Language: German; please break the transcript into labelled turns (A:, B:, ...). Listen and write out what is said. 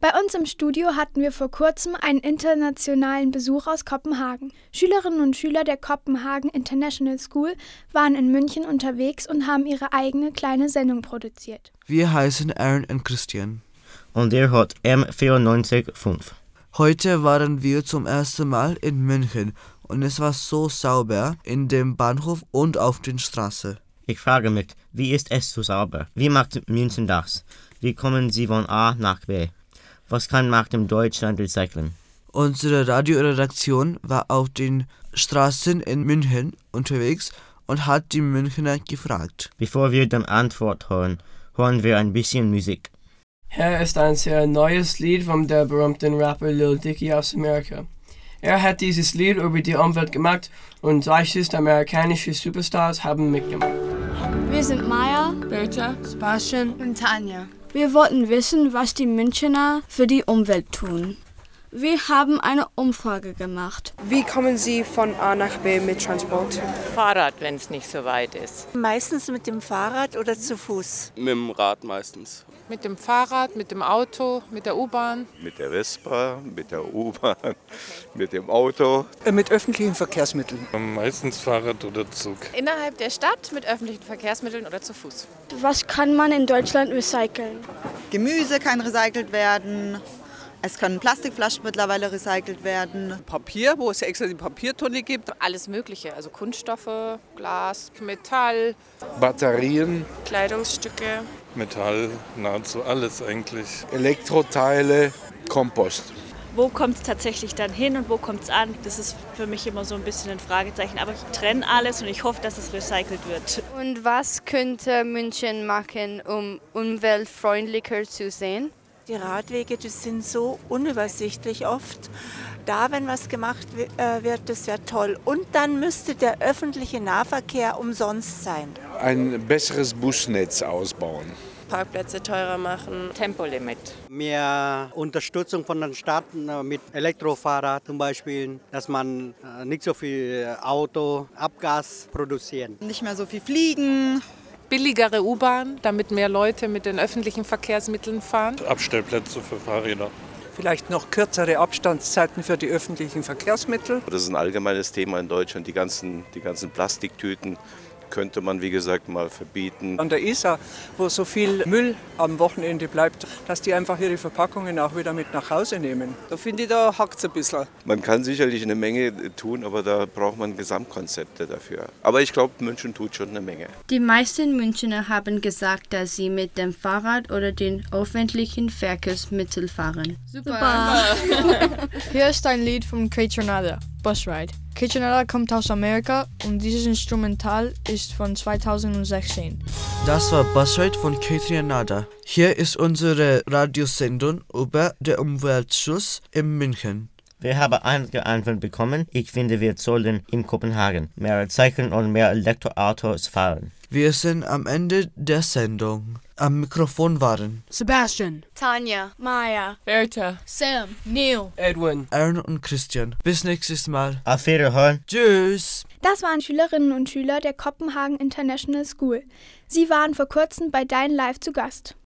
A: Bei uns im Studio hatten wir vor kurzem einen internationalen Besuch aus Kopenhagen. Schülerinnen und Schüler der Copenhagen International School waren in München unterwegs und haben ihre eigene kleine Sendung produziert.
B: Wir heißen Aaron und Christian.
C: Und ihr hört M945.
B: Heute waren wir zum ersten Mal in München und es war so sauber in dem Bahnhof und auf den Straßen.
C: Ich frage mich, wie ist es so sauber? Wie macht München das? Wie kommen sie von A nach B? Was kann Markt in Deutschland recyceln?
B: Unsere Radioredaktion war auf den Straßen in München unterwegs und hat die Münchner gefragt.
C: Bevor wir dann Antwort hören, hören wir ein bisschen Musik.
D: Hier ist ein sehr neues Lied von der berühmten Rapper Lil Dicky aus Amerika. Er hat dieses Lied über die Umwelt gemacht und 30 amerikanische Superstars haben mitgemacht.
E: Wir sind Maya,
F: Berta, Sebastian
G: und Tanja.
E: Wir wollten wissen, was die Münchener für die Umwelt tun. Wir haben eine Umfrage gemacht.
H: Wie kommen Sie von A nach B mit Transport?
I: Fahrrad, wenn es nicht so weit ist.
J: Meistens mit dem Fahrrad oder zu Fuß?
K: Mit dem Rad meistens.
L: Mit dem Fahrrad, mit dem Auto, mit der U-Bahn.
M: Mit der Vespa, mit der U-Bahn, mit dem Auto.
N: Mit öffentlichen Verkehrsmitteln.
O: Meistens Fahrrad oder Zug.
P: Innerhalb der Stadt mit öffentlichen Verkehrsmitteln oder zu Fuß.
E: Was kann man in Deutschland recyceln?
Q: Gemüse kann recycelt werden. Es können Plastikflaschen mittlerweile recycelt werden.
R: Papier, wo es ja extra die Papiertonne gibt.
P: Alles Mögliche, also Kunststoffe, Glas,
O: Metall. Batterien.
P: Kleidungsstücke.
O: Metall, nahezu alles eigentlich. Elektroteile, Kompost.
S: Wo kommt es tatsächlich dann hin und wo kommt es an? Das ist für mich immer so ein bisschen ein Fragezeichen. Aber ich trenne alles und ich hoffe, dass es recycelt wird.
T: Und was könnte München machen, um umweltfreundlicher zu sein?
J: Die Radwege die sind so unübersichtlich oft. Da, wenn was gemacht äh, wird, das wäre toll. Und dann müsste der öffentliche Nahverkehr umsonst sein.
O: Ein besseres Busnetz ausbauen.
P: Parkplätze teurer machen, Tempolimit.
A: Mehr Unterstützung von den Staaten äh, mit Elektrofahrrad zum Beispiel, dass man äh, nicht so viel Auto, Abgas produzieren.
F: Nicht mehr so viel fliegen,
L: billigere U-Bahn, damit mehr Leute mit den öffentlichen Verkehrsmitteln fahren.
O: Abstellplätze für Fahrräder.
N: Vielleicht noch kürzere Abstandszeiten für die öffentlichen Verkehrsmittel.
M: Das ist ein allgemeines Thema in Deutschland. Die ganzen, die ganzen Plastiktüten könnte man, wie gesagt, mal verbieten.
N: An der Isar, wo so viel Müll am Wochenende bleibt, dass die einfach ihre Verpackungen auch wieder mit nach Hause nehmen.
F: Da finde ich, da hackt es ein bisschen.
M: Man kann sicherlich eine Menge tun, aber da braucht man Gesamtkonzepte dafür. Aber ich glaube, München tut schon eine Menge.
N: Die meisten Münchner haben gesagt, dass sie mit dem Fahrrad oder den öffentlichen Verkehrsmitteln fahren.
E: Super!
Q: Super. Hier ist ein Lied von Creature Bus Ride. Kitchener kommt aus Amerika und dieses Instrumental ist von 2016.
B: Das war Buzzword von Katrin Nada. Hier ist unsere Radiosendung über den Umweltschutz in München.
C: Wir haben einige Antworten bekommen. Ich finde, wir sollen in Kopenhagen mehr recyceln und mehr Elektroautos fahren.
B: Wir sind am Ende der Sendung. Am Mikrofon waren
F: Sebastian,
G: Tanja,
E: Maya,
F: Berta,
G: Sam,
F: Neil,
D: Edwin,
B: Aaron und Christian. Bis nächstes Mal.
C: Auf Wiederhören.
B: Tschüss.
A: Das waren Schülerinnen und Schüler der Kopenhagen International School. Sie waren vor kurzem bei Dein Live zu Gast.